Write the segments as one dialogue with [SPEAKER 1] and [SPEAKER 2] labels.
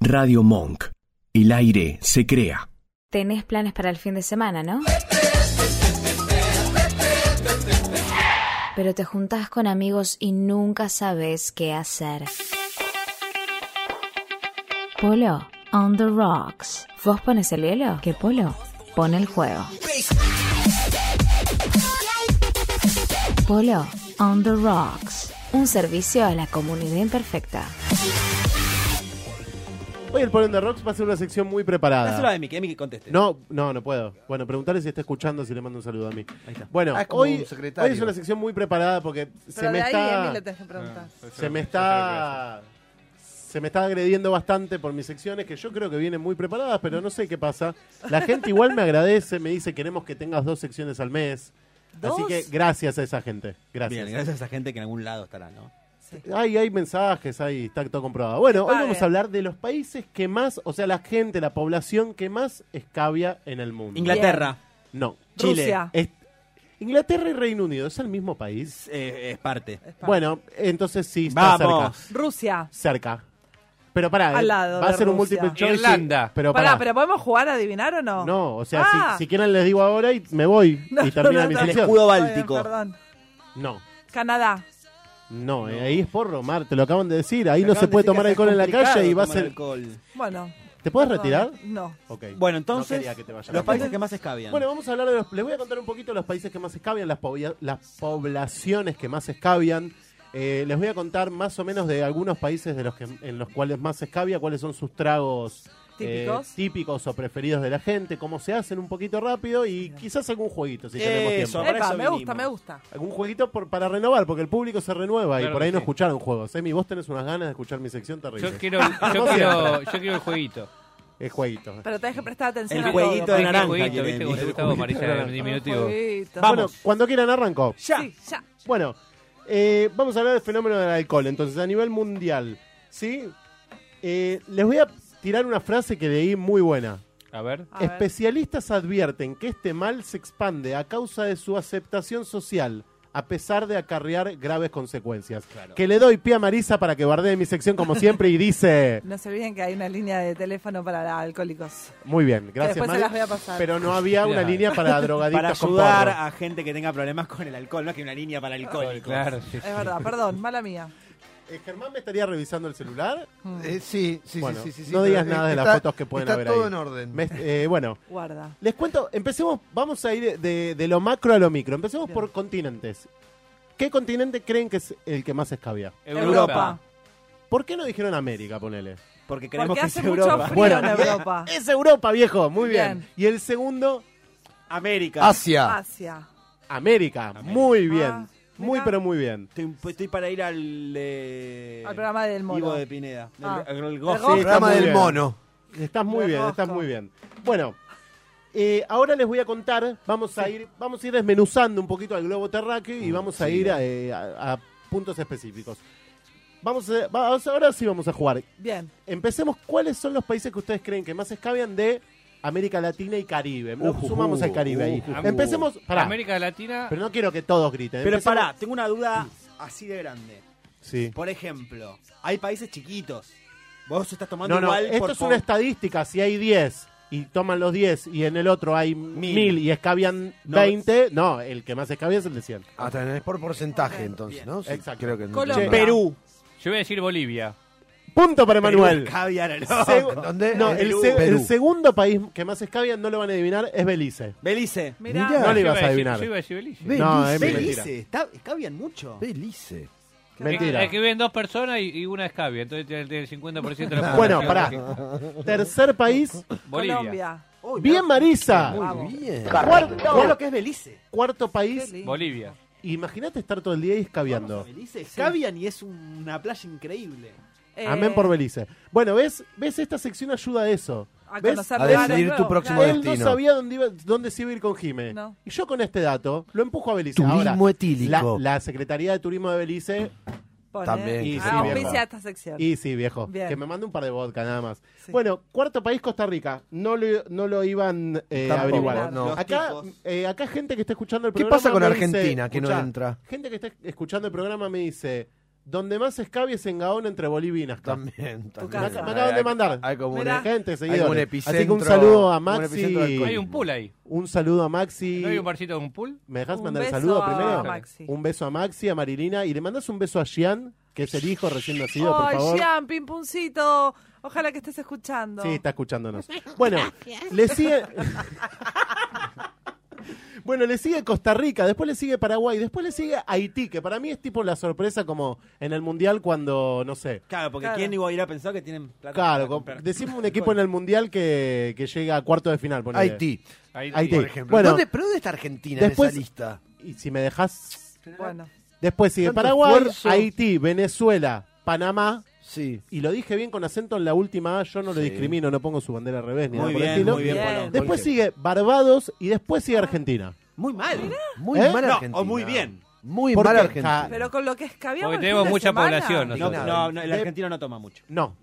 [SPEAKER 1] Radio Monk. El aire se crea.
[SPEAKER 2] Tenés planes para el fin de semana, ¿no? Pero te juntás con amigos y nunca sabes qué hacer. Polo, on the rocks. ¿Vos pones el hielo? Que Polo pone el juego. Polo, on the rocks. Un servicio a la comunidad imperfecta.
[SPEAKER 3] Hoy el Polen de Rocks va a ser una sección muy
[SPEAKER 4] Dáselo a
[SPEAKER 3] preparada.
[SPEAKER 4] Emi, que Emi que conteste.
[SPEAKER 3] No, no, no puedo. Bueno, preguntarle si está escuchando, si le mando un saludo a mí.
[SPEAKER 4] Ahí está.
[SPEAKER 3] Bueno,
[SPEAKER 5] Ah, es como un
[SPEAKER 3] hoy,
[SPEAKER 5] secretario.
[SPEAKER 3] hoy es una sección muy preparada porque se
[SPEAKER 6] Pero
[SPEAKER 3] me
[SPEAKER 6] de ahí a
[SPEAKER 3] está.
[SPEAKER 6] mí le tenés que preguntar.
[SPEAKER 3] se me está. Se me está agrediendo bastante por mis secciones que yo creo que vienen muy preparadas, pero no sé qué pasa. La gente igual me agradece, me dice queremos que tengas dos secciones al mes. Así
[SPEAKER 6] ¿Dos?
[SPEAKER 3] que gracias a esa gente. Gracias.
[SPEAKER 4] Bien, gracias a esa gente que en algún lado estará, ¿no?
[SPEAKER 3] Hay, hay mensajes, hay, está todo comprobado. Bueno, hoy
[SPEAKER 6] Pague.
[SPEAKER 3] vamos a hablar de los países que más, o sea, la gente, la población que más escabia en el mundo.
[SPEAKER 4] Inglaterra.
[SPEAKER 3] No.
[SPEAKER 4] Chile.
[SPEAKER 6] Rusia.
[SPEAKER 3] Es- Inglaterra y Reino Unido, ¿es el mismo país?
[SPEAKER 4] Es, eh, es parte.
[SPEAKER 6] Es para-
[SPEAKER 3] Bueno, entonces sí, está
[SPEAKER 4] Vamos.
[SPEAKER 6] Rusia.
[SPEAKER 3] cerca. Cerca. Pero pará,
[SPEAKER 6] Al
[SPEAKER 3] eh,
[SPEAKER 6] lado
[SPEAKER 3] va a
[SPEAKER 6] de
[SPEAKER 3] ser un
[SPEAKER 6] Rusia.
[SPEAKER 3] múltiple choice. sí,
[SPEAKER 7] Irlanda.
[SPEAKER 3] Pero
[SPEAKER 6] Pará,
[SPEAKER 3] pará.
[SPEAKER 6] pero ¿podemos jugar a adivinar o no?
[SPEAKER 3] No, o sea,
[SPEAKER 6] Ah.
[SPEAKER 3] si, si quieren les digo ahora y me voy
[SPEAKER 6] No,
[SPEAKER 3] y termino
[SPEAKER 6] no,
[SPEAKER 3] mi
[SPEAKER 6] no.
[SPEAKER 4] El
[SPEAKER 3] sección.
[SPEAKER 4] escudo
[SPEAKER 6] Está bien,
[SPEAKER 4] báltico.
[SPEAKER 6] perdón.
[SPEAKER 3] No,
[SPEAKER 6] Canadá.
[SPEAKER 3] no, eh, ahí es porro, Mar, te lo acaban de decir. Ahí no
[SPEAKER 4] Acaban
[SPEAKER 3] se
[SPEAKER 4] de
[SPEAKER 3] puede
[SPEAKER 4] decir que
[SPEAKER 3] tomar
[SPEAKER 4] es
[SPEAKER 3] alcohol en la
[SPEAKER 4] complicado
[SPEAKER 3] calle y va a
[SPEAKER 4] tomar
[SPEAKER 3] ser...
[SPEAKER 4] alcohol.
[SPEAKER 6] Bueno.
[SPEAKER 3] ¿Te puedes
[SPEAKER 6] perdón.
[SPEAKER 3] retirar?
[SPEAKER 6] No.
[SPEAKER 3] Ok.
[SPEAKER 4] Bueno,
[SPEAKER 3] No
[SPEAKER 4] entonces,
[SPEAKER 3] quería que te vayas
[SPEAKER 4] los
[SPEAKER 3] a-
[SPEAKER 4] países que más escabian.
[SPEAKER 3] Bueno, vamos a hablar de los. Les voy a contar un poquito de los países que más escabian, las, pobia- las poblaciones que más escabian. Eh, les voy a contar más o menos de algunos países de los que, en los cuales más se escabia, cuáles son sus tragos eh,
[SPEAKER 6] Típicos.
[SPEAKER 3] típicos o preferidos de la gente, cómo se hacen un poquito rápido y quizás algún jueguito si tenemos
[SPEAKER 4] Eso.
[SPEAKER 3] tiempo.
[SPEAKER 4] para
[SPEAKER 6] Epa, me
[SPEAKER 4] vinimos.
[SPEAKER 6] gusta, me gusta.
[SPEAKER 3] Algún jueguito por- para renovar, porque el público se renueva y
[SPEAKER 7] Claro
[SPEAKER 3] por ahí
[SPEAKER 7] que
[SPEAKER 3] no
[SPEAKER 7] sí.
[SPEAKER 3] escucharon juegos. Emi, vos tenés unas ganas de escuchar mi sección terrible.
[SPEAKER 7] Yo quiero, yo,
[SPEAKER 3] Como
[SPEAKER 7] quiero,
[SPEAKER 3] siempre.
[SPEAKER 7] yo quiero el jueguito.
[SPEAKER 3] El jueguito.
[SPEAKER 6] Pero tenés que prestar atención
[SPEAKER 4] El
[SPEAKER 6] a
[SPEAKER 4] jueguito
[SPEAKER 6] todo.
[SPEAKER 4] de
[SPEAKER 7] El
[SPEAKER 4] naranja.
[SPEAKER 7] jueguito,
[SPEAKER 4] quiere
[SPEAKER 7] ¿viste?
[SPEAKER 4] Emi.
[SPEAKER 7] Como te gustaba Marisa en diminutivo.
[SPEAKER 3] Bueno, cuando quieran arranco.
[SPEAKER 6] Ya. Sí, ya.
[SPEAKER 3] Bueno, eh, vamos a hablar del fenómeno del alcohol, entonces, a nivel mundial. ¿Sí? Eh, les voy a tirar una frase que leí muy buena.
[SPEAKER 7] A ver.
[SPEAKER 6] A ver.
[SPEAKER 3] Especialistas advierten que este mal se expande a causa de su aceptación social, a pesar de acarrear graves consecuencias.
[SPEAKER 4] Claro.
[SPEAKER 3] Que le doy pie a Marisa para que bardee mi sección como siempre y dice...
[SPEAKER 6] No se olviden que hay una línea de teléfono para alcohólicos.
[SPEAKER 3] Muy bien, gracias,
[SPEAKER 6] después se
[SPEAKER 3] Mari.
[SPEAKER 6] las voy a pasar.
[SPEAKER 3] Pero no había una
[SPEAKER 7] Claro.
[SPEAKER 3] línea para drogadictos
[SPEAKER 4] para
[SPEAKER 3] con
[SPEAKER 4] ayudar
[SPEAKER 3] porro.
[SPEAKER 4] a gente que tenga problemas con el alcohol, no es que hay una línea para alcohólicos.
[SPEAKER 7] Claro, sí.
[SPEAKER 6] Es verdad, perdón, mala mía.
[SPEAKER 3] Eh, Germán me estaría revisando el celular
[SPEAKER 5] Eh, sí, sí,
[SPEAKER 3] Bueno,
[SPEAKER 5] sí, sí, sí,
[SPEAKER 3] no
[SPEAKER 5] sí,
[SPEAKER 3] digas
[SPEAKER 5] pero,
[SPEAKER 3] nada
[SPEAKER 5] eh,
[SPEAKER 3] de las
[SPEAKER 5] está-
[SPEAKER 3] fotos que pueden
[SPEAKER 5] está
[SPEAKER 3] haber
[SPEAKER 5] todo
[SPEAKER 3] ahí.
[SPEAKER 5] en orden.
[SPEAKER 3] Me- eh, bueno,
[SPEAKER 6] Guarda.
[SPEAKER 3] les cuento, empecemos, vamos a ir de, de lo macro a lo micro. Empecemos por continentes. ¿Qué continente creen que es el que más escabia?
[SPEAKER 6] Europa.
[SPEAKER 3] ¿Por qué no dijeron América, ponele?
[SPEAKER 4] Porque creemos
[SPEAKER 6] Porque
[SPEAKER 4] que
[SPEAKER 6] hace
[SPEAKER 4] es
[SPEAKER 6] mucho
[SPEAKER 4] Europa.
[SPEAKER 6] frío
[SPEAKER 3] Bueno.
[SPEAKER 6] en Europa.
[SPEAKER 3] Es Europa, viejo, muy bien.
[SPEAKER 6] Ah. Bien.
[SPEAKER 3] Y el segundo,
[SPEAKER 4] América.
[SPEAKER 3] Ah,
[SPEAKER 5] Asia.
[SPEAKER 6] Asia.
[SPEAKER 3] América, muy bien.
[SPEAKER 6] Ah,
[SPEAKER 3] muy,
[SPEAKER 6] mira.
[SPEAKER 3] pero muy bien.
[SPEAKER 4] Estoy, estoy para ir al, eh,
[SPEAKER 6] Al programa del mono.
[SPEAKER 4] Ivo de Pineda. Del-
[SPEAKER 6] Ah.
[SPEAKER 4] al- al
[SPEAKER 6] Del
[SPEAKER 4] gozo.
[SPEAKER 6] gozo.
[SPEAKER 5] Programa
[SPEAKER 3] muy
[SPEAKER 5] del
[SPEAKER 3] bien.
[SPEAKER 5] mono.
[SPEAKER 3] Estás muy
[SPEAKER 6] Me
[SPEAKER 3] bien,
[SPEAKER 6] rosco.
[SPEAKER 3] estás muy bien. Bueno, eh, ahora les voy a contar, vamos a ir, vamos a ir desmenuzando un poquito al globo terráqueo y vamos a ir a, eh, a- a puntos específicos. Vamos a- va- ahora sí vamos a jugar.
[SPEAKER 6] Bien.
[SPEAKER 3] Empecemos, ¿cuáles son los países que ustedes creen que más escabian de América Latina y Caribe? Lo
[SPEAKER 4] Ujujú,
[SPEAKER 3] sumamos al Caribe ahí.
[SPEAKER 4] ujujú.
[SPEAKER 3] Empecemos, pará,
[SPEAKER 7] América Latina.
[SPEAKER 3] pero no quiero que todos griten.
[SPEAKER 4] Pero
[SPEAKER 3] empecemos-
[SPEAKER 4] pará, tengo una duda así de grande.
[SPEAKER 3] Sí.
[SPEAKER 4] Por ejemplo, hay países chiquitos. Vos estás tomando
[SPEAKER 3] No, no,
[SPEAKER 4] igual
[SPEAKER 3] esto
[SPEAKER 4] por
[SPEAKER 3] es una estadística, si hay 10 y toman los 10 y en el otro hay 1000 y escabian
[SPEAKER 4] No,
[SPEAKER 3] 20, no, el que más escabia es el de 100.
[SPEAKER 5] Ah, tenés por porcentaje entonces, ¿no? Sí,
[SPEAKER 3] Exacto.
[SPEAKER 5] Creo que no.
[SPEAKER 6] Colombia.
[SPEAKER 4] Perú.
[SPEAKER 7] Yo voy a decir Bolivia.
[SPEAKER 3] Punto para Manuel.
[SPEAKER 4] Perú, Caviar, loco.
[SPEAKER 3] Segu-
[SPEAKER 5] ¿Dónde?
[SPEAKER 3] No, el,
[SPEAKER 5] Perú.
[SPEAKER 3] se- el
[SPEAKER 5] Perú.
[SPEAKER 3] segundo país que más escabian, no lo van a adivinar, es Belice.
[SPEAKER 4] Belice.
[SPEAKER 6] Mirá.
[SPEAKER 5] Mirá.
[SPEAKER 3] No le ibas
[SPEAKER 7] Yo iba
[SPEAKER 3] a
[SPEAKER 7] decir-
[SPEAKER 3] adivinar.
[SPEAKER 7] Yo iba a decir Belice.
[SPEAKER 5] Belice.
[SPEAKER 3] No, es
[SPEAKER 5] Belice.
[SPEAKER 3] mentira.
[SPEAKER 4] Belice. Está, escabian mucho.
[SPEAKER 5] Belice.
[SPEAKER 3] Mentira.
[SPEAKER 7] Es que viven dos personas y, y una es cabia, entonces tiene tiene el 50% de la población.
[SPEAKER 3] Bueno, pará. Tercer país,
[SPEAKER 7] Bolivia.
[SPEAKER 6] Colombia.
[SPEAKER 4] Uy,
[SPEAKER 3] bien
[SPEAKER 4] mirá-
[SPEAKER 3] Marisa.
[SPEAKER 5] Muy
[SPEAKER 6] Vamos.
[SPEAKER 5] bien.
[SPEAKER 3] Cuar-
[SPEAKER 4] mirá lo
[SPEAKER 3] cuar-
[SPEAKER 4] que es Belice.
[SPEAKER 3] cuarto
[SPEAKER 6] Qué
[SPEAKER 3] país,
[SPEAKER 6] lindo.
[SPEAKER 7] Bolivia.
[SPEAKER 3] imagínate estar todo el día ahí escabiando.
[SPEAKER 4] Belice. Escabian y es una playa increíble.
[SPEAKER 6] Eh,
[SPEAKER 3] Amén por Belice. Bueno, ¿ves? ¿Ves? Esta sección ayuda a eso.
[SPEAKER 6] A
[SPEAKER 3] ¿Ves?
[SPEAKER 6] conocer
[SPEAKER 5] A
[SPEAKER 6] lugares
[SPEAKER 5] decidir tu
[SPEAKER 6] nuevos,
[SPEAKER 5] próximo
[SPEAKER 6] claro.
[SPEAKER 3] Él no
[SPEAKER 5] destino.
[SPEAKER 3] sabía dónde, iba- dónde se iba a ir con Jime.
[SPEAKER 6] No.
[SPEAKER 3] Y yo con este dato lo empujo a Belice.
[SPEAKER 5] Turismo
[SPEAKER 3] Ahora,
[SPEAKER 5] etílico.
[SPEAKER 3] La, la Secretaría de Turismo de Belice
[SPEAKER 6] Poné.
[SPEAKER 5] También,
[SPEAKER 3] Y
[SPEAKER 6] Ah,
[SPEAKER 3] sí,
[SPEAKER 6] auspicia
[SPEAKER 3] viejo.
[SPEAKER 6] esta sección.
[SPEAKER 3] Y sí, viejo.
[SPEAKER 6] Bien.
[SPEAKER 3] Que me mande un par de vodka nada más.
[SPEAKER 6] Sí.
[SPEAKER 3] Bueno, cuarto país, Costa Rica. No lo, no lo iban eh, a
[SPEAKER 5] Tampoco,
[SPEAKER 3] averiguar.
[SPEAKER 5] no.
[SPEAKER 3] Acá,
[SPEAKER 4] Los tipos.
[SPEAKER 3] eh, acá gente que está escuchando el
[SPEAKER 5] ¿Qué
[SPEAKER 3] programa.
[SPEAKER 5] pasa con
[SPEAKER 3] me dice-
[SPEAKER 5] Argentina que no
[SPEAKER 3] Escuchá,
[SPEAKER 5] entra?
[SPEAKER 3] Gente que está escuchando el programa me dice: Donde más escabia es en Gaona entre Bolivia y Nazca.
[SPEAKER 6] Tu
[SPEAKER 5] También, también.
[SPEAKER 6] casa.
[SPEAKER 5] Hay-
[SPEAKER 3] Me acaban de mandar.
[SPEAKER 5] Hay como
[SPEAKER 6] Mirá.
[SPEAKER 5] una...
[SPEAKER 3] Gente,
[SPEAKER 5] como un
[SPEAKER 3] seguidores. Así que un
[SPEAKER 5] epicentro-
[SPEAKER 3] saludo a
[SPEAKER 5] como un
[SPEAKER 3] Maxi.
[SPEAKER 5] epicentro del
[SPEAKER 7] Hay
[SPEAKER 5] COVID.
[SPEAKER 7] un pool ahí.
[SPEAKER 3] Un saludo a Maxi.
[SPEAKER 7] ¿No hay un barcito con un pool?
[SPEAKER 3] ¿Me dejas
[SPEAKER 6] Un
[SPEAKER 3] mandar el
[SPEAKER 6] beso
[SPEAKER 3] saludo
[SPEAKER 6] a
[SPEAKER 3] primero?
[SPEAKER 6] Maxi.
[SPEAKER 3] Un beso a Maxi, a Marilina. Y le mandas un beso a Gian, que es el hijo recién nacido, por
[SPEAKER 6] Ay,
[SPEAKER 3] favor.
[SPEAKER 6] Jean, pimpuncito. Ojalá que estés escuchando.
[SPEAKER 3] Sí, está escuchándonos. Bueno, le sigue. bueno, le sigue Costa Rica, después le sigue Paraguay, después le sigue Haití, que para mí es tipo la sorpresa como en el mundial cuando, no sé.
[SPEAKER 4] Claro, porque
[SPEAKER 6] Claro.
[SPEAKER 4] ¿quién iba a ir a pensar que tienen plata?
[SPEAKER 3] Claro,
[SPEAKER 4] para
[SPEAKER 3] co-
[SPEAKER 4] comprar?
[SPEAKER 3] decimos un equipo en el mundial que, que llega a cuarto de final. ponele.
[SPEAKER 5] Haití,
[SPEAKER 7] Ahí,
[SPEAKER 3] Ahí
[SPEAKER 5] por
[SPEAKER 3] Sí.
[SPEAKER 5] ejemplo.
[SPEAKER 3] Bueno.
[SPEAKER 5] ¿Dónde, ¿Pero dónde está Argentina
[SPEAKER 3] Después-
[SPEAKER 5] en esa lista?
[SPEAKER 3] Y si me dejas.
[SPEAKER 6] Bueno,
[SPEAKER 3] Después sigue
[SPEAKER 5] Tanto
[SPEAKER 3] Paraguay,
[SPEAKER 5] esfuerzo.
[SPEAKER 3] Haití, Venezuela, Panamá.
[SPEAKER 5] Sí.
[SPEAKER 3] Y lo dije bien con acento en la última A, yo no lo
[SPEAKER 5] Sí.
[SPEAKER 3] discrimino, no pongo su bandera al revés ni nada
[SPEAKER 4] Muy
[SPEAKER 3] por el
[SPEAKER 4] bien,
[SPEAKER 3] estilo.
[SPEAKER 4] muy bien,
[SPEAKER 6] Bien.
[SPEAKER 4] Polo.
[SPEAKER 3] Después sigue Barbados y después sigue Argentina.
[SPEAKER 4] Muy mal.
[SPEAKER 5] Muy
[SPEAKER 3] ¿Eh?
[SPEAKER 5] mal
[SPEAKER 4] No,
[SPEAKER 5] Argentina.
[SPEAKER 4] o muy bien.
[SPEAKER 5] Muy
[SPEAKER 3] Porque
[SPEAKER 5] mal Argentina.
[SPEAKER 6] pero con lo que escabiamos.
[SPEAKER 7] Porque
[SPEAKER 6] el
[SPEAKER 7] tenemos
[SPEAKER 6] fin de
[SPEAKER 7] mucha
[SPEAKER 6] semana,
[SPEAKER 7] población,
[SPEAKER 4] No,
[SPEAKER 7] Nada.
[SPEAKER 4] no, no, el argentino no toma mucho.
[SPEAKER 3] No.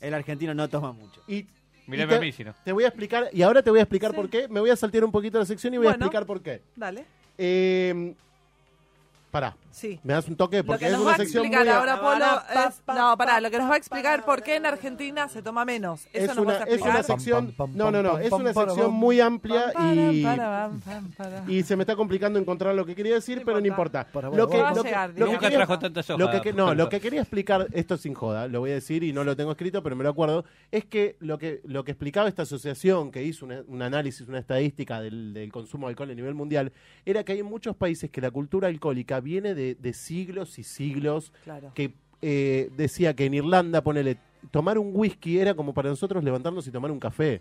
[SPEAKER 4] El argentino no toma mucho.
[SPEAKER 3] Y,
[SPEAKER 7] Mírame
[SPEAKER 3] y te-
[SPEAKER 7] a mí, si no.
[SPEAKER 3] Te voy a explicar, y ahora te voy a explicar
[SPEAKER 6] Sí.
[SPEAKER 3] por qué. Me voy a saltear un poquito la sección y voy a
[SPEAKER 6] Bueno.
[SPEAKER 3] explicar por qué.
[SPEAKER 6] Dale,
[SPEAKER 3] Eh, pará,
[SPEAKER 6] sí.
[SPEAKER 3] me das un toque
[SPEAKER 6] Lo
[SPEAKER 3] porque es
[SPEAKER 6] que nos va
[SPEAKER 3] una
[SPEAKER 6] a
[SPEAKER 3] sección
[SPEAKER 6] explicar
[SPEAKER 3] muy... a-
[SPEAKER 6] ahora Polo
[SPEAKER 4] Habana,
[SPEAKER 6] es...
[SPEAKER 4] pa, pa,
[SPEAKER 6] No, pará,
[SPEAKER 4] pa,
[SPEAKER 6] lo que nos va a explicar por qué en Argentina se toma menos. Eso
[SPEAKER 3] Es
[SPEAKER 6] nos vas
[SPEAKER 3] una,
[SPEAKER 6] a
[SPEAKER 3] es una
[SPEAKER 6] explicar.
[SPEAKER 3] sección...
[SPEAKER 5] Pam, pam,
[SPEAKER 3] No, no, no,
[SPEAKER 5] pam,
[SPEAKER 3] es
[SPEAKER 5] pam,
[SPEAKER 3] una
[SPEAKER 5] para,
[SPEAKER 3] sección
[SPEAKER 5] pam.
[SPEAKER 3] muy amplia
[SPEAKER 6] Pam,
[SPEAKER 3] y...
[SPEAKER 6] para, pam, pam, para.
[SPEAKER 3] Y se me está complicando encontrar lo que quería decir,
[SPEAKER 6] No
[SPEAKER 3] pero no
[SPEAKER 6] importa.
[SPEAKER 3] importa.
[SPEAKER 5] Para
[SPEAKER 3] Lo
[SPEAKER 5] vos.
[SPEAKER 3] que,
[SPEAKER 5] Va a
[SPEAKER 3] lo que-
[SPEAKER 6] llegar,
[SPEAKER 3] lo
[SPEAKER 6] digamos.
[SPEAKER 3] que
[SPEAKER 7] Nunca
[SPEAKER 3] quería-
[SPEAKER 7] trajo tantas hojas.
[SPEAKER 3] lo que- que- no,
[SPEAKER 7] por
[SPEAKER 3] lo
[SPEAKER 7] tanto.
[SPEAKER 3] que quería explicar, esto sin joda, lo voy a decir y no lo tengo escrito, pero me lo acuerdo, es que lo que, lo que explicaba esta asociación que hizo una- un análisis, una estadística del, del consumo de alcohol a nivel mundial, era que hay muchos países que la cultura alcohólica viene de, de siglos y siglos,
[SPEAKER 6] Claro.
[SPEAKER 3] que eh, decía que en Irlanda, ponele, tomar un whisky era como para nosotros levantarnos y tomar un café,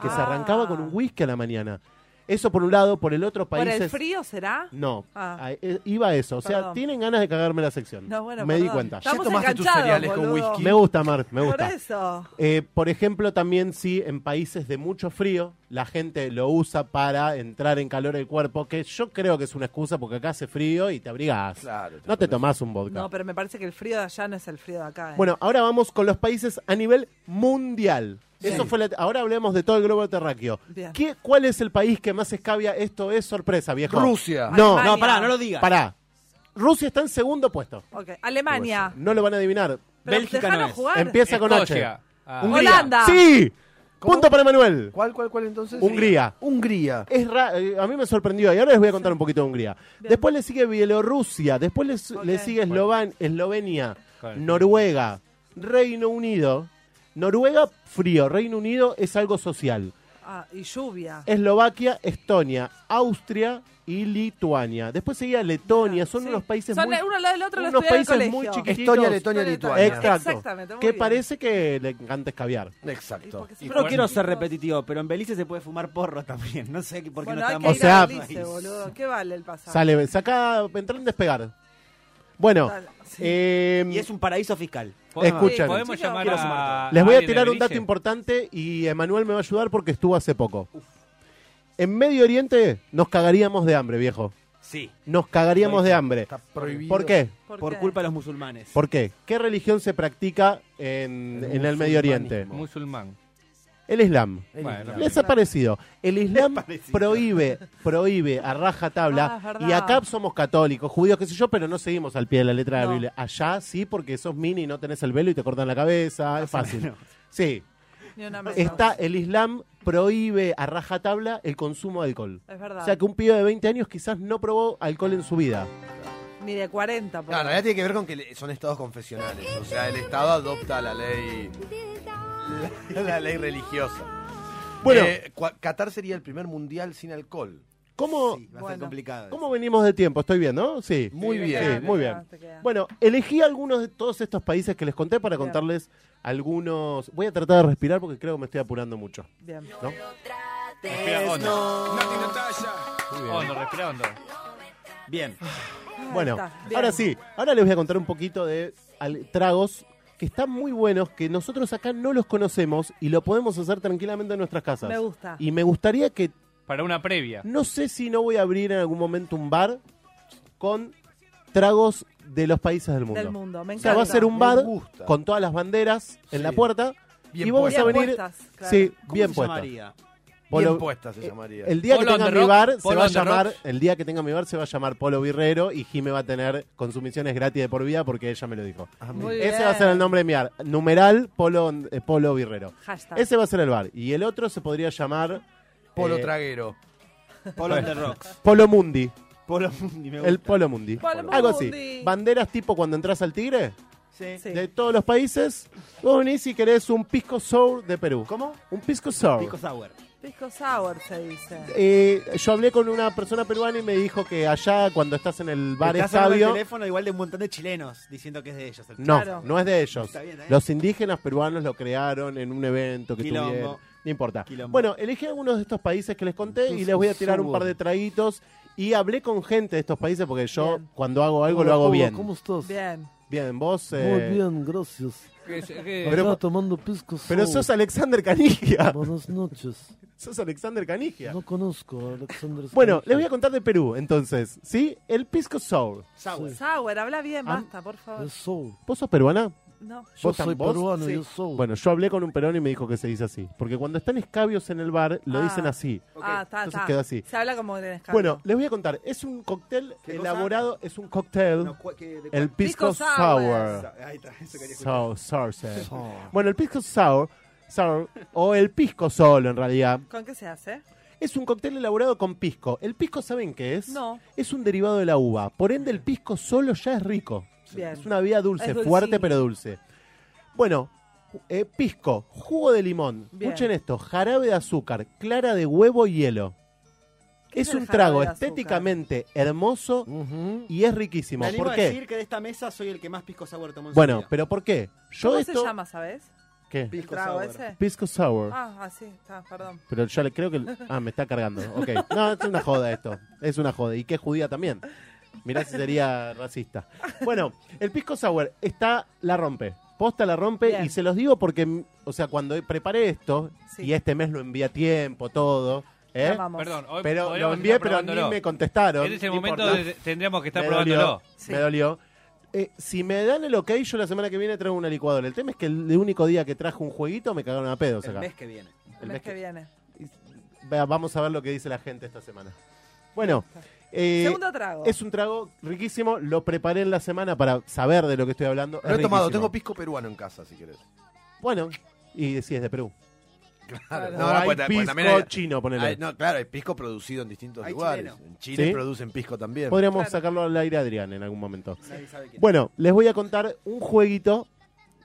[SPEAKER 3] que se
[SPEAKER 6] Ah.
[SPEAKER 3] arrancaba con un whisky a la mañana. Eso por un lado, por el otro
[SPEAKER 6] ¿Por
[SPEAKER 3] países...
[SPEAKER 6] el frío será?
[SPEAKER 3] No,
[SPEAKER 6] Ah.
[SPEAKER 3] a- eh, iba a eso. O sea,
[SPEAKER 6] Perdón.
[SPEAKER 3] tienen ganas de cagarme la sección.
[SPEAKER 6] No, bueno,
[SPEAKER 3] me di
[SPEAKER 6] perdón.
[SPEAKER 3] cuenta.
[SPEAKER 6] Estamos
[SPEAKER 5] Ya tomaste tus
[SPEAKER 6] enganchados,
[SPEAKER 5] cereales con
[SPEAKER 6] boludo.
[SPEAKER 5] whisky.
[SPEAKER 3] Me gusta, Mar, me
[SPEAKER 6] Por
[SPEAKER 3] gusta.
[SPEAKER 6] eso.
[SPEAKER 3] Eh, por ejemplo, también sí, en países de mucho frío, la gente lo usa para entrar en calor el cuerpo, que yo creo que es una excusa porque acá hace frío y te abrigás.
[SPEAKER 5] Claro, te
[SPEAKER 3] no te
[SPEAKER 5] pones-
[SPEAKER 3] tomás un vodka.
[SPEAKER 6] No, pero me parece que el frío de allá no es el frío de acá. ¿eh?
[SPEAKER 3] Bueno, ahora vamos con los países a nivel mundial. Eso fue la- ahora hablemos de todo el globo terráqueo.
[SPEAKER 6] Bien.
[SPEAKER 3] ¿Qué, ¿Cuál es el país que más escabia? Esto es sorpresa, viejo.
[SPEAKER 5] Rusia.
[SPEAKER 3] No, no,
[SPEAKER 6] Alemania.
[SPEAKER 4] No, pará, no lo digas.
[SPEAKER 3] pará. Rusia está en segundo puesto.
[SPEAKER 6] Ok, Alemania.
[SPEAKER 3] No lo van a adivinar.
[SPEAKER 6] Pero
[SPEAKER 4] Bélgica
[SPEAKER 6] dejanos
[SPEAKER 4] no es.
[SPEAKER 6] jugar.
[SPEAKER 3] Empieza con
[SPEAKER 7] Escocia.
[SPEAKER 3] H.
[SPEAKER 7] Ah.
[SPEAKER 3] Hungría.
[SPEAKER 6] Holanda.
[SPEAKER 3] ¡Sí! Punto para Manuel.
[SPEAKER 5] ¿Cuál, cuál, cuál entonces?
[SPEAKER 3] Hungría.
[SPEAKER 5] Hungría.
[SPEAKER 3] Es ra- eh, a mí me sorprendió y ahora les voy a contar un poquito de Hungría.
[SPEAKER 6] Bien.
[SPEAKER 3] Después le sigue Bielorrusia, después les- le,
[SPEAKER 6] Ok.
[SPEAKER 3] sigue Eslovan- Eslovenia,
[SPEAKER 7] Claro.
[SPEAKER 3] Noruega, Reino Unido. Noruega, frío. Reino Unido es algo social.
[SPEAKER 6] Ah, y lluvia.
[SPEAKER 3] Eslovaquia, Estonia, Austria y Lituania. Después seguía Letonia. Son
[SPEAKER 6] Sí.
[SPEAKER 3] unos países
[SPEAKER 6] Son
[SPEAKER 3] muy,
[SPEAKER 6] uno al lado del otro, lo
[SPEAKER 3] unos
[SPEAKER 6] estudié en el
[SPEAKER 3] países muy
[SPEAKER 6] colegio.
[SPEAKER 3] chiquitos.
[SPEAKER 5] Estonia, Letonia, Lituania.
[SPEAKER 3] Exacto.
[SPEAKER 6] Exactamente, muy
[SPEAKER 3] que
[SPEAKER 6] bien.
[SPEAKER 3] parece que le encanta escabiar.
[SPEAKER 6] Y
[SPEAKER 5] Exacto.
[SPEAKER 6] porque se
[SPEAKER 4] Yo
[SPEAKER 6] ponen
[SPEAKER 4] no quiero ser
[SPEAKER 6] chicos.
[SPEAKER 4] repetitivo, pero en Belice se puede fumar porro también. No sé qué- por qué
[SPEAKER 6] Bueno,
[SPEAKER 4] no
[SPEAKER 6] hay que
[SPEAKER 4] estamos.
[SPEAKER 6] ir
[SPEAKER 3] O sea,
[SPEAKER 6] a Belice, boludo. ¿Qué vale el pasado?
[SPEAKER 3] Sale, saca, entra en despegar. Bueno,
[SPEAKER 6] Dale, sí.
[SPEAKER 3] eh,
[SPEAKER 4] Y es un paraíso fiscal.
[SPEAKER 7] Podemos-
[SPEAKER 3] Escuchen.
[SPEAKER 7] Podemos
[SPEAKER 6] Chicos,
[SPEAKER 7] llamar
[SPEAKER 6] quiero
[SPEAKER 7] a.
[SPEAKER 3] les voy a
[SPEAKER 7] alguien de
[SPEAKER 3] tirar un
[SPEAKER 7] Belice?
[SPEAKER 3] dato importante y Emanuel me va a ayudar porque estuvo hace poco. En Medio Oriente nos cagaríamos de hambre, viejo.
[SPEAKER 4] Sí.
[SPEAKER 3] Nos cagaríamos de hambre.
[SPEAKER 5] Está prohibido.
[SPEAKER 3] ¿Por qué?
[SPEAKER 4] Por,
[SPEAKER 6] qué?
[SPEAKER 4] culpa de los musulmanes.
[SPEAKER 3] ¿Por qué? ¿Qué religión se practica en,
[SPEAKER 5] El
[SPEAKER 3] en el Medio Oriente?
[SPEAKER 5] musulmanismo.
[SPEAKER 7] Musulmán.
[SPEAKER 3] El Islam.
[SPEAKER 5] El
[SPEAKER 7] Bueno,
[SPEAKER 5] Islam.
[SPEAKER 3] Les ha parecido. El Islam
[SPEAKER 4] parecido.
[SPEAKER 3] prohíbe, prohíbe a raja
[SPEAKER 6] Ah,
[SPEAKER 3] tabla.
[SPEAKER 6] es verdad.
[SPEAKER 3] y acá somos católicos, judíos, qué sé yo, pero no seguimos al pie de la letra de
[SPEAKER 6] No.
[SPEAKER 3] la Biblia. Allá sí, porque sos mini y no tenés el velo y te cortan la cabeza. Es fácil. Sí.
[SPEAKER 6] Ni una menos.
[SPEAKER 3] Está, el Islam prohíbe a raja tabla el consumo de alcohol.
[SPEAKER 6] Es verdad.
[SPEAKER 3] O sea que un pibe de 20 años quizás no probó alcohol en su vida.
[SPEAKER 6] Ni de 40. por ahí.
[SPEAKER 5] No, en
[SPEAKER 4] eh,
[SPEAKER 5] realidad tiene que ver con que le- son estados confesionales. O sea, el estado adopta la ley. La, la ley religiosa.
[SPEAKER 3] Bueno.
[SPEAKER 5] Eh, cua- Qatar sería el primer mundial sin alcohol.
[SPEAKER 3] ¿Cómo,
[SPEAKER 4] Sí, va a ser
[SPEAKER 6] Bueno.
[SPEAKER 4] complicado.
[SPEAKER 3] ¿cómo venimos de tiempo? Estoy bien, ¿no? Sí.
[SPEAKER 5] Muy
[SPEAKER 6] te
[SPEAKER 5] bien.
[SPEAKER 6] queda,
[SPEAKER 3] Sí,
[SPEAKER 6] te
[SPEAKER 3] muy
[SPEAKER 6] queda,
[SPEAKER 3] bien.
[SPEAKER 6] te queda.
[SPEAKER 3] Bueno, elegí algunos de todos estos países que les conté para
[SPEAKER 6] Bien.
[SPEAKER 3] contarles algunos. Voy a tratar de respirar porque creo que me estoy apurando mucho.
[SPEAKER 6] Bien.
[SPEAKER 3] ¿no?
[SPEAKER 7] Respira hondo. Hondo, respira hondo.
[SPEAKER 4] Bien.
[SPEAKER 6] Ahí
[SPEAKER 3] Bueno,
[SPEAKER 6] está, bien.
[SPEAKER 3] ahora sí, ahora les voy a contar un poquito de al- tragos que están muy buenos, que nosotros acá no los conocemos y lo podemos hacer tranquilamente en nuestras casas.
[SPEAKER 6] Me gusta.
[SPEAKER 3] Y me gustaría que,
[SPEAKER 7] Para una previa.
[SPEAKER 3] no sé si no voy a abrir en algún momento un bar con tragos de los países del mundo.
[SPEAKER 6] Del mundo. Me
[SPEAKER 3] O
[SPEAKER 6] encanta.
[SPEAKER 3] sea, va a ser un
[SPEAKER 5] Me
[SPEAKER 3] bar
[SPEAKER 5] gusta.
[SPEAKER 3] con todas las banderas en
[SPEAKER 5] Sí.
[SPEAKER 3] la puerta
[SPEAKER 5] Bien
[SPEAKER 3] y vamos
[SPEAKER 6] Bien
[SPEAKER 3] a venir...
[SPEAKER 6] puestas, claro.
[SPEAKER 3] Sí,
[SPEAKER 4] ¿Cómo
[SPEAKER 3] bien
[SPEAKER 4] se
[SPEAKER 3] puesta.
[SPEAKER 4] llamaría?
[SPEAKER 5] Bien
[SPEAKER 3] Polo-
[SPEAKER 5] puesta se
[SPEAKER 3] eh,
[SPEAKER 5] llamaría.
[SPEAKER 3] El día que
[SPEAKER 7] Polo
[SPEAKER 3] tenga
[SPEAKER 7] on the
[SPEAKER 3] mi
[SPEAKER 7] rock,
[SPEAKER 3] bar se
[SPEAKER 7] Polo
[SPEAKER 3] va a
[SPEAKER 7] on the
[SPEAKER 3] llamar,
[SPEAKER 7] rocks.
[SPEAKER 3] el día que tenga mi bar se va a llamar Polo Birrero y Jime va a tener consumiciones gratis de por vida porque ella me lo dijo.
[SPEAKER 6] Muy
[SPEAKER 3] Ese
[SPEAKER 6] bien.
[SPEAKER 3] va a ser el nombre de mi bar, numeral Polo on- eh, Polo Birrero.
[SPEAKER 6] Hashtag.
[SPEAKER 3] Ese va a ser el bar y el otro se podría llamar
[SPEAKER 5] Polo
[SPEAKER 3] eh,
[SPEAKER 5] traguero.
[SPEAKER 4] Polo on the rocks.
[SPEAKER 3] Polo Mundi,
[SPEAKER 4] Polo Mundi, me gusta.
[SPEAKER 3] el Polo Mundi.
[SPEAKER 6] Polo
[SPEAKER 3] Algo
[SPEAKER 6] Mundi.
[SPEAKER 3] así. Banderas tipo cuando entras al Tigre
[SPEAKER 4] Sí.
[SPEAKER 6] Sí.
[SPEAKER 3] de todos los países. Vos venís y querés un pisco sour de Perú.
[SPEAKER 4] ¿Cómo?
[SPEAKER 3] Un pisco sour.
[SPEAKER 4] Pico Sour.
[SPEAKER 6] Pisco sour se dice.
[SPEAKER 3] Eh, yo hablé con una persona peruana y me dijo que allá cuando estás en el bar
[SPEAKER 4] Estás hablando
[SPEAKER 3] Escabio...
[SPEAKER 4] el teléfono igual de un montón de chilenos diciendo que es de ellos. el
[SPEAKER 3] No,
[SPEAKER 6] Claro.
[SPEAKER 3] no es de ellos.
[SPEAKER 4] Está bien, está bien.
[SPEAKER 3] Los indígenas peruanos lo crearon en un evento que
[SPEAKER 4] Quilombo.
[SPEAKER 3] tuvieron. No importa.
[SPEAKER 4] Quilombo.
[SPEAKER 3] Bueno, elegí algunos de estos países que les conté y les voy a tirar un par de traguitos. Y hablé con gente de estos países porque yo
[SPEAKER 6] Bien.
[SPEAKER 3] cuando hago algo lo hago bien.
[SPEAKER 8] ¿Cómo estás?
[SPEAKER 6] Bien.
[SPEAKER 3] Bien, vos... eh,
[SPEAKER 8] Muy bien, gracias.
[SPEAKER 7] Que es- que-
[SPEAKER 3] Pero-
[SPEAKER 8] Estaba tomando pisco
[SPEAKER 3] Pero
[SPEAKER 8] sour.
[SPEAKER 3] sos Alexander Canigia.
[SPEAKER 8] Buenas noches.
[SPEAKER 3] Sos Alexander Canigia.
[SPEAKER 8] No conozco a Alexander
[SPEAKER 3] Bueno, les voy a contar de Perú entonces. ¿Sí? El pisco sour.
[SPEAKER 4] Sour.
[SPEAKER 6] Sour, habla bien,
[SPEAKER 3] Ah.
[SPEAKER 6] basta, por favor.
[SPEAKER 8] Es soul.
[SPEAKER 3] ¿Vos sos peruana?
[SPEAKER 6] No.
[SPEAKER 8] Yo
[SPEAKER 3] ¿Vos tam-
[SPEAKER 8] soy
[SPEAKER 3] vos?
[SPEAKER 8] peruano
[SPEAKER 4] Sí.
[SPEAKER 8] y es soul.
[SPEAKER 3] Bueno, yo hablé con un peruano y me dijo que se dice así. Porque cuando están escabios en el bar, lo
[SPEAKER 6] Ah.
[SPEAKER 3] dicen así.
[SPEAKER 4] Ok,
[SPEAKER 6] Ah, está,
[SPEAKER 3] entonces
[SPEAKER 6] está.
[SPEAKER 3] quedó así.
[SPEAKER 6] Se habla como de escándalo.
[SPEAKER 3] Bueno, les voy a contar. Es un cóctel
[SPEAKER 4] ¿Qué cosa?
[SPEAKER 3] elaborado, es un cóctel.
[SPEAKER 4] No, cu- que- de
[SPEAKER 3] el
[SPEAKER 4] cu-
[SPEAKER 3] pisco,
[SPEAKER 6] Pisco sour.
[SPEAKER 3] sour.
[SPEAKER 4] Ahí está, eso quería escuchar.
[SPEAKER 3] Sour, sour, sour. Bueno, el pisco sour, sour, o el pisco solo en realidad,
[SPEAKER 6] ¿Con qué se hace?
[SPEAKER 3] es un cóctel elaborado con pisco. ¿El pisco saben qué es?
[SPEAKER 6] No.
[SPEAKER 3] Es un derivado de la uva. Por ende, el pisco solo ya es rico.
[SPEAKER 6] Bien.
[SPEAKER 3] Es una vida dulce,
[SPEAKER 6] Es dulcín.
[SPEAKER 3] fuerte pero dulce. Bueno, eh, pisco, jugo de limón.
[SPEAKER 6] Bien.
[SPEAKER 3] Escuchen esto: jarabe de azúcar, clara de huevo y hielo.
[SPEAKER 6] ¿Qué
[SPEAKER 3] Es
[SPEAKER 6] es el
[SPEAKER 3] un
[SPEAKER 6] jarabe
[SPEAKER 3] trago
[SPEAKER 6] de azúcar?
[SPEAKER 3] estéticamente hermoso y es riquísimo.
[SPEAKER 4] Me animo
[SPEAKER 3] ¿Por
[SPEAKER 4] a
[SPEAKER 3] qué?
[SPEAKER 4] decir que de esta mesa soy el que más pisco sour tomó en su
[SPEAKER 3] Bueno,
[SPEAKER 4] vida.
[SPEAKER 3] pero ¿por qué? Yo
[SPEAKER 6] ¿Cómo
[SPEAKER 3] esto
[SPEAKER 6] se llama, sabes?
[SPEAKER 3] ¿Qué?
[SPEAKER 6] ¿El
[SPEAKER 4] Pisco
[SPEAKER 6] trago
[SPEAKER 4] sour.
[SPEAKER 6] ese?
[SPEAKER 3] Pisco sour.
[SPEAKER 6] Ah, así está, perdón.
[SPEAKER 3] Pero yo le creo que ah me está cargando. Ok. No, es una joda esto. Es una joda y que es judía también. Mirá si sería racista. Bueno, el pisco sour está la rompe. Posta la rompe
[SPEAKER 6] Bien.
[SPEAKER 3] y se los digo porque o sea, cuando preparé esto
[SPEAKER 6] Sí.
[SPEAKER 3] y este mes lo envié a tiempo todo, ¿eh?
[SPEAKER 6] La amamos.
[SPEAKER 7] Perdón, hoy
[SPEAKER 3] Pero lo
[SPEAKER 7] podríamos
[SPEAKER 3] envié,
[SPEAKER 7] estar
[SPEAKER 3] pero
[SPEAKER 7] probándolo.
[SPEAKER 3] ni me contestaron.
[SPEAKER 7] En ese
[SPEAKER 3] No
[SPEAKER 7] momento
[SPEAKER 3] importa.
[SPEAKER 7] de- tendríamos que estar
[SPEAKER 3] me
[SPEAKER 7] probándolo.
[SPEAKER 3] Dolió,
[SPEAKER 6] Sí.
[SPEAKER 3] Me dolió. Eh, si me dan el ok, yo la semana que viene traigo una licuadora. El tema es que el único día que trajo un jueguito me cagaron a pedos
[SPEAKER 4] El
[SPEAKER 3] acá.
[SPEAKER 4] mes que viene.
[SPEAKER 6] El mes que viene.
[SPEAKER 3] Vea, Vamos a ver lo que dice la gente esta semana. Bueno, eh,
[SPEAKER 6] Segundo trago.
[SPEAKER 3] es un trago riquísimo. Lo preparé en la semana para saber de lo que estoy hablando.
[SPEAKER 5] Lo
[SPEAKER 3] Es
[SPEAKER 5] he tomado,
[SPEAKER 3] riquísimo.
[SPEAKER 5] tengo pisco peruano en casa, si querés.
[SPEAKER 3] Bueno, y si es de Perú.
[SPEAKER 5] Claro.
[SPEAKER 3] O hay pisco chino, ponele.
[SPEAKER 5] pues, hay- no, claro, hay pisco producido en distintos
[SPEAKER 4] Hay
[SPEAKER 5] lugares.
[SPEAKER 4] chileno.
[SPEAKER 5] En Chile
[SPEAKER 3] ¿Sí?
[SPEAKER 5] producen pisco también.
[SPEAKER 3] Podríamos
[SPEAKER 6] Claro.
[SPEAKER 3] sacarlo al aire, Adrián, en algún momento.
[SPEAKER 4] Nadie sabe quién.
[SPEAKER 3] Bueno, les voy a contar un jueguito.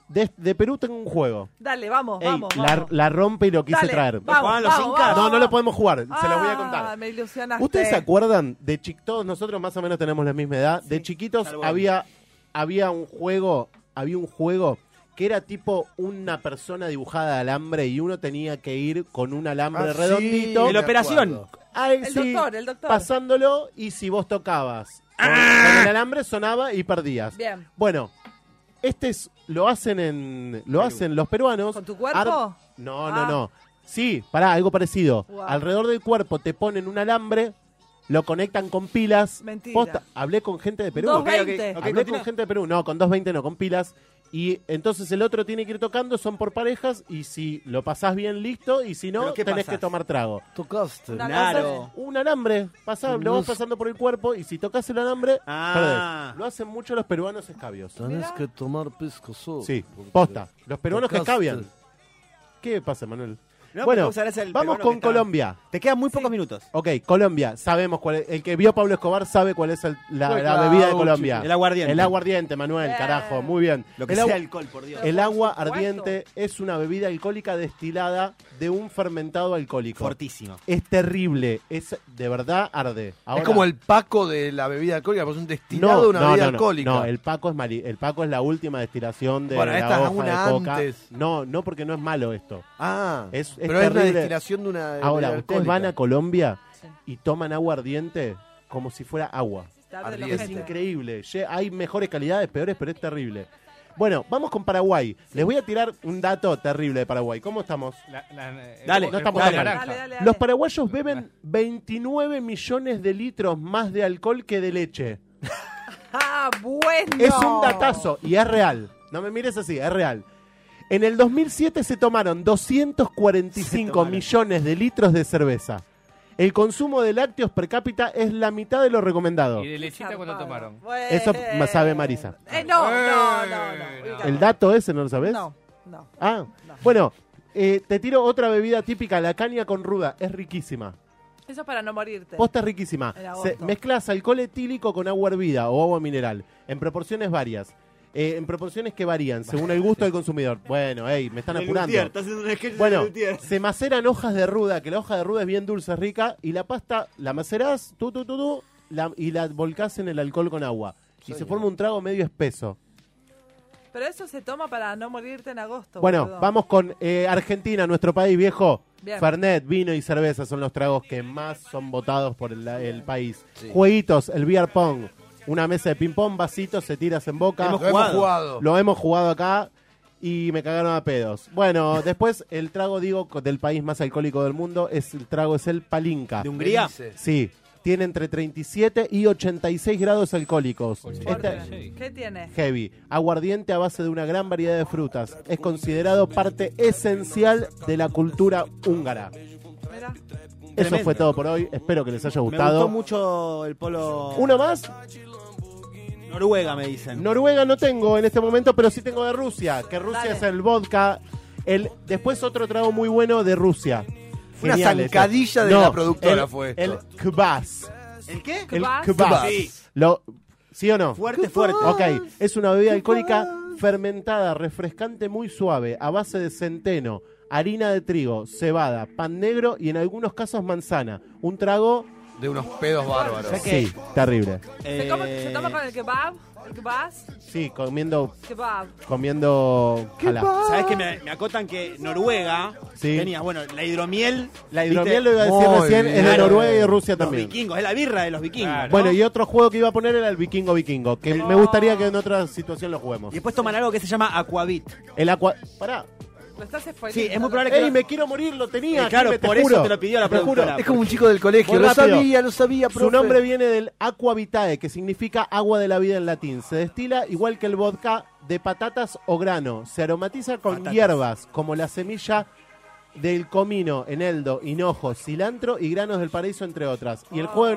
[SPEAKER 3] De, de Perú tengo un juego.
[SPEAKER 6] Dale, vamos,
[SPEAKER 3] Ey,
[SPEAKER 6] vamos.
[SPEAKER 3] la,
[SPEAKER 6] vamos.
[SPEAKER 3] la rompe y lo quise
[SPEAKER 6] Dale,
[SPEAKER 3] traer.
[SPEAKER 6] vamos,
[SPEAKER 4] jugaban Ah, los
[SPEAKER 6] vamos,
[SPEAKER 4] incas?
[SPEAKER 6] vamos,
[SPEAKER 3] No, no lo
[SPEAKER 6] vamos.
[SPEAKER 3] podemos jugar. se los voy a
[SPEAKER 6] Ah,
[SPEAKER 3] contar.
[SPEAKER 6] me ilusionaste.
[SPEAKER 3] ¿Ustedes se acuerdan de chiquitos? Todos nosotros más o menos tenemos la misma edad. de chiquitos
[SPEAKER 4] salvo
[SPEAKER 3] había, había un juego, había un juego que era tipo una persona dibujada de alambre y uno tenía que ir con un alambre
[SPEAKER 5] Ah, sí,
[SPEAKER 3] redondito.
[SPEAKER 5] me
[SPEAKER 4] El operación.
[SPEAKER 5] acuerdo.
[SPEAKER 3] Ay,
[SPEAKER 6] El
[SPEAKER 3] sí,
[SPEAKER 6] doctor, el doctor. Ah.
[SPEAKER 3] Pasándolo y si vos tocabas con, con el alambre sonaba y perdías.
[SPEAKER 6] Bien.
[SPEAKER 3] Bueno, este es, lo hacen en lo hacen los peruanos.
[SPEAKER 6] ¿Con tu cuerpo?
[SPEAKER 3] no,
[SPEAKER 6] Ah.
[SPEAKER 3] no, no. Sí, pará, algo parecido.
[SPEAKER 6] Wow.
[SPEAKER 3] Alrededor del cuerpo te ponen un alambre, lo conectan con pilas.
[SPEAKER 6] Mentira.
[SPEAKER 3] Hablé con gente de Perú.
[SPEAKER 6] Dos
[SPEAKER 4] ok, ok,
[SPEAKER 6] veinte.
[SPEAKER 4] ok,
[SPEAKER 3] Hablé
[SPEAKER 4] continúa.
[SPEAKER 3] con gente de Perú, no, con 220 no, con pilas. Y entonces el otro tiene que ir tocando, son por parejas, y si lo pasás bien, listo, y si no,
[SPEAKER 4] ¿Pero qué
[SPEAKER 3] tenés
[SPEAKER 4] pasás?
[SPEAKER 3] que tomar trago.
[SPEAKER 8] Tocaste.
[SPEAKER 6] Una
[SPEAKER 4] Claro.
[SPEAKER 3] Un alambre, pasá, lo vas pasando por el cuerpo, y si tocas el alambre,
[SPEAKER 4] Ah.
[SPEAKER 3] perdés. Lo hacen mucho los peruanos escabios.
[SPEAKER 8] Tenés que tomar pisco sour.
[SPEAKER 3] Sí,
[SPEAKER 8] porque
[SPEAKER 3] posta. Los peruanos que
[SPEAKER 8] tocaste.
[SPEAKER 3] escabian. ¿Qué pasa, Manuel?
[SPEAKER 4] No, porque
[SPEAKER 3] bueno,
[SPEAKER 4] vos sabrás el
[SPEAKER 3] vamos
[SPEAKER 4] peruano
[SPEAKER 3] con
[SPEAKER 4] que está-
[SPEAKER 3] Colombia.
[SPEAKER 4] Te quedan muy pocos minutos.
[SPEAKER 3] Ok, Colombia, sabemos cuál es. El que vio Pablo Escobar sabe cuál es el- la,
[SPEAKER 5] Pues
[SPEAKER 3] la
[SPEAKER 5] claro,
[SPEAKER 3] bebida de Colombia.
[SPEAKER 4] El aguardiente.
[SPEAKER 3] El aguardiente, Manuel,
[SPEAKER 6] Bien.
[SPEAKER 3] carajo, muy bien.
[SPEAKER 4] Lo que
[SPEAKER 3] el,
[SPEAKER 4] sea
[SPEAKER 3] agua-
[SPEAKER 4] alcohol, por Dios.
[SPEAKER 3] el agua
[SPEAKER 6] Por supuesto.
[SPEAKER 3] ardiente es una bebida alcohólica destilada de un fermentado alcohólico.
[SPEAKER 4] Fortísimo.
[SPEAKER 3] Es terrible, es de verdad arde. Ahora-
[SPEAKER 5] es como el paco de la bebida alcohólica, pues un destilado
[SPEAKER 3] no,
[SPEAKER 5] de una
[SPEAKER 3] no,
[SPEAKER 5] bebida
[SPEAKER 3] no, no,
[SPEAKER 5] alcohólica.
[SPEAKER 3] No, el Paco es mali- el Paco es la última destilación de
[SPEAKER 5] Bueno,
[SPEAKER 3] la
[SPEAKER 5] esta es
[SPEAKER 3] hoja
[SPEAKER 5] una
[SPEAKER 3] de coca.
[SPEAKER 5] antes.
[SPEAKER 3] No, no porque no es malo esto.
[SPEAKER 5] Ah,
[SPEAKER 3] Es- es
[SPEAKER 5] pero es la
[SPEAKER 3] terrible.
[SPEAKER 5] destilación de una.
[SPEAKER 3] Ahora,
[SPEAKER 5] bebida
[SPEAKER 3] ustedes
[SPEAKER 5] alcohólica.
[SPEAKER 3] van a Colombia
[SPEAKER 6] Sí.
[SPEAKER 3] y toman agua ardiente como si fuera agua.
[SPEAKER 6] Está de
[SPEAKER 5] Ardiente.
[SPEAKER 6] los
[SPEAKER 3] Es
[SPEAKER 6] gente.
[SPEAKER 3] increíble. Ye- Hay mejores calidades, peores, pero es terrible. Bueno, vamos con Paraguay. Les voy a tirar un dato terrible de Paraguay. ¿Cómo estamos?
[SPEAKER 7] La- la- el-
[SPEAKER 4] Dale,
[SPEAKER 7] el
[SPEAKER 3] no estamos
[SPEAKER 7] jugo de
[SPEAKER 3] tan mal.
[SPEAKER 7] naranja.
[SPEAKER 6] Dale, dale, dale.
[SPEAKER 3] Los paraguayos beben 29 millones de litros más de alcohol que de leche.
[SPEAKER 6] Ah, bueno.
[SPEAKER 3] Es un datazo y es real. No me mires así, es real. En el 2007 se tomaron 245
[SPEAKER 4] Se tomaron.
[SPEAKER 3] millones de litros de cerveza. El consumo de lácteos per cápita es la mitad de lo recomendado.
[SPEAKER 7] ¿Y de lechita cuando tomaron?
[SPEAKER 3] Eso me sabe Marisa.
[SPEAKER 6] Eh, no, no, no, no. ubicate.
[SPEAKER 3] ¿El dato ese no lo sabes?
[SPEAKER 6] No, no.
[SPEAKER 3] Ah, bueno, eh, te tiro otra bebida típica, la caña con ruda. Es riquísima.
[SPEAKER 6] Eso es para no morirte.
[SPEAKER 3] Posta es riquísima.
[SPEAKER 6] En agosto.
[SPEAKER 3] Se- mezclas alcohol etílico con agua hervida o agua mineral, en proporciones varias. Eh, en proporciones que varían, según el gusto del consumidor. Bueno, ey, me están
[SPEAKER 4] El
[SPEAKER 3] apurando.
[SPEAKER 4] Luthier, está haciendo un sketch de
[SPEAKER 3] Bueno,
[SPEAKER 4] Luthier.
[SPEAKER 3] se maceran hojas de ruda, que la hoja de ruda es bien dulce, es rica, y la pasta la macerás, tú, tú, tú, tú, la- y la volcás en el alcohol con agua. Y se forma un trago medio espeso.
[SPEAKER 6] Pero eso se toma para no morirte en agosto.
[SPEAKER 3] Bueno,
[SPEAKER 6] boludo.
[SPEAKER 3] vamos con eh, Argentina, nuestro país viejo.
[SPEAKER 6] Bien.
[SPEAKER 3] Fernet, vino y cerveza son los tragos que más son votados por el, el país. Jueguitos, el beer pong, una mesa de ping pong, vasitos, se tiras en boca.
[SPEAKER 4] Hemos
[SPEAKER 5] Lo hemos
[SPEAKER 4] jugado.
[SPEAKER 5] jugado.
[SPEAKER 3] Lo hemos jugado acá y me cagaron a pedos. Bueno, después el trago, digo, co- del país más alcohólico del mundo, es el trago es el palinca.
[SPEAKER 4] ¿De Hungría?
[SPEAKER 5] Dice.
[SPEAKER 3] Sí, tiene entre 37 y 86 grados alcohólicos. Este,
[SPEAKER 6] Fuerte.
[SPEAKER 3] Esta-
[SPEAKER 7] Sí.
[SPEAKER 6] ¿Qué tiene?
[SPEAKER 3] Heavy, aguardiente a base de una gran variedad de frutas. Es considerado parte esencial de la cultura húngara.
[SPEAKER 6] Mira,
[SPEAKER 3] Eso
[SPEAKER 4] Tremendo.
[SPEAKER 3] fue todo por hoy, espero que les haya
[SPEAKER 4] Me gustó
[SPEAKER 3] gustado.
[SPEAKER 4] mucho el polo.
[SPEAKER 3] Uno más,
[SPEAKER 4] Noruega, me dicen.
[SPEAKER 3] Noruega no tengo en este momento, pero sí tengo de Rusia, que Rusia
[SPEAKER 6] Dale.
[SPEAKER 3] es el vodka. El, después otro trago muy bueno de Rusia.
[SPEAKER 5] Una
[SPEAKER 3] Genial ese.
[SPEAKER 5] zancadilla de la productora
[SPEAKER 3] el-
[SPEAKER 5] fue esto.
[SPEAKER 3] El kvass.
[SPEAKER 4] ¿El qué?
[SPEAKER 3] El
[SPEAKER 6] Kvass.
[SPEAKER 3] kvass.
[SPEAKER 4] Sí.
[SPEAKER 3] Lo- ¿Sí o no?
[SPEAKER 4] Fuerte, fuerte.
[SPEAKER 3] Ok, es una bebida alcohólica fermentada, refrescante, muy suave, a base de centeno, harina de trigo, cebada, pan negro y en algunos casos manzana. Un trago,
[SPEAKER 5] De unos pedos bárbaros.
[SPEAKER 4] ¿Sabes qué?
[SPEAKER 3] sí, terrible.
[SPEAKER 6] ¿Se,
[SPEAKER 4] Eh,
[SPEAKER 6] come- se toma con el kebab? ¿El kebab?
[SPEAKER 3] Sí, comiendo,
[SPEAKER 6] Kebab.
[SPEAKER 3] comiendo. jalá.
[SPEAKER 4] ¿Sabes que me, me acotan que Noruega
[SPEAKER 3] Sí.
[SPEAKER 4] tenía, bueno, la hidromiel.
[SPEAKER 3] La hidromiel lo
[SPEAKER 4] ¿viste?
[SPEAKER 3] iba a decir
[SPEAKER 5] Muy
[SPEAKER 3] recién, es de
[SPEAKER 4] bien.
[SPEAKER 3] Noruega y de Rusia
[SPEAKER 4] Los
[SPEAKER 3] también.
[SPEAKER 4] vikingos, es la birra de los vikingos.
[SPEAKER 7] Claro.
[SPEAKER 3] Bueno, y otro juego que iba a poner era el vikingo vikingo, que me gustaría que en otra situación lo juguemos.
[SPEAKER 4] Y después toman algo que se llama aquavit.
[SPEAKER 3] El aqua... Pará.
[SPEAKER 6] Lo estás esforzando.
[SPEAKER 4] Sí, es muy probable que.
[SPEAKER 3] Ey,
[SPEAKER 4] lo-
[SPEAKER 3] me quiero morir, lo tenía.
[SPEAKER 4] Eh, claro,
[SPEAKER 3] Jimé,
[SPEAKER 4] por eso te lo pidió la
[SPEAKER 3] Te juro.
[SPEAKER 4] productora.
[SPEAKER 5] Es como un chico del colegio.
[SPEAKER 3] Muy
[SPEAKER 5] Lo
[SPEAKER 3] rápido.
[SPEAKER 5] sabía, lo sabía, profe.
[SPEAKER 3] Su nombre viene del aqua vitae, que significa agua de la vida en latín. Se destila igual que el vodka de patatas o grano. Se aromatiza con
[SPEAKER 4] Patatas.
[SPEAKER 3] hierbas como la semilla del comino, eneldo, hinojo, cilantro y granos del paraíso, entre otras. Y el juego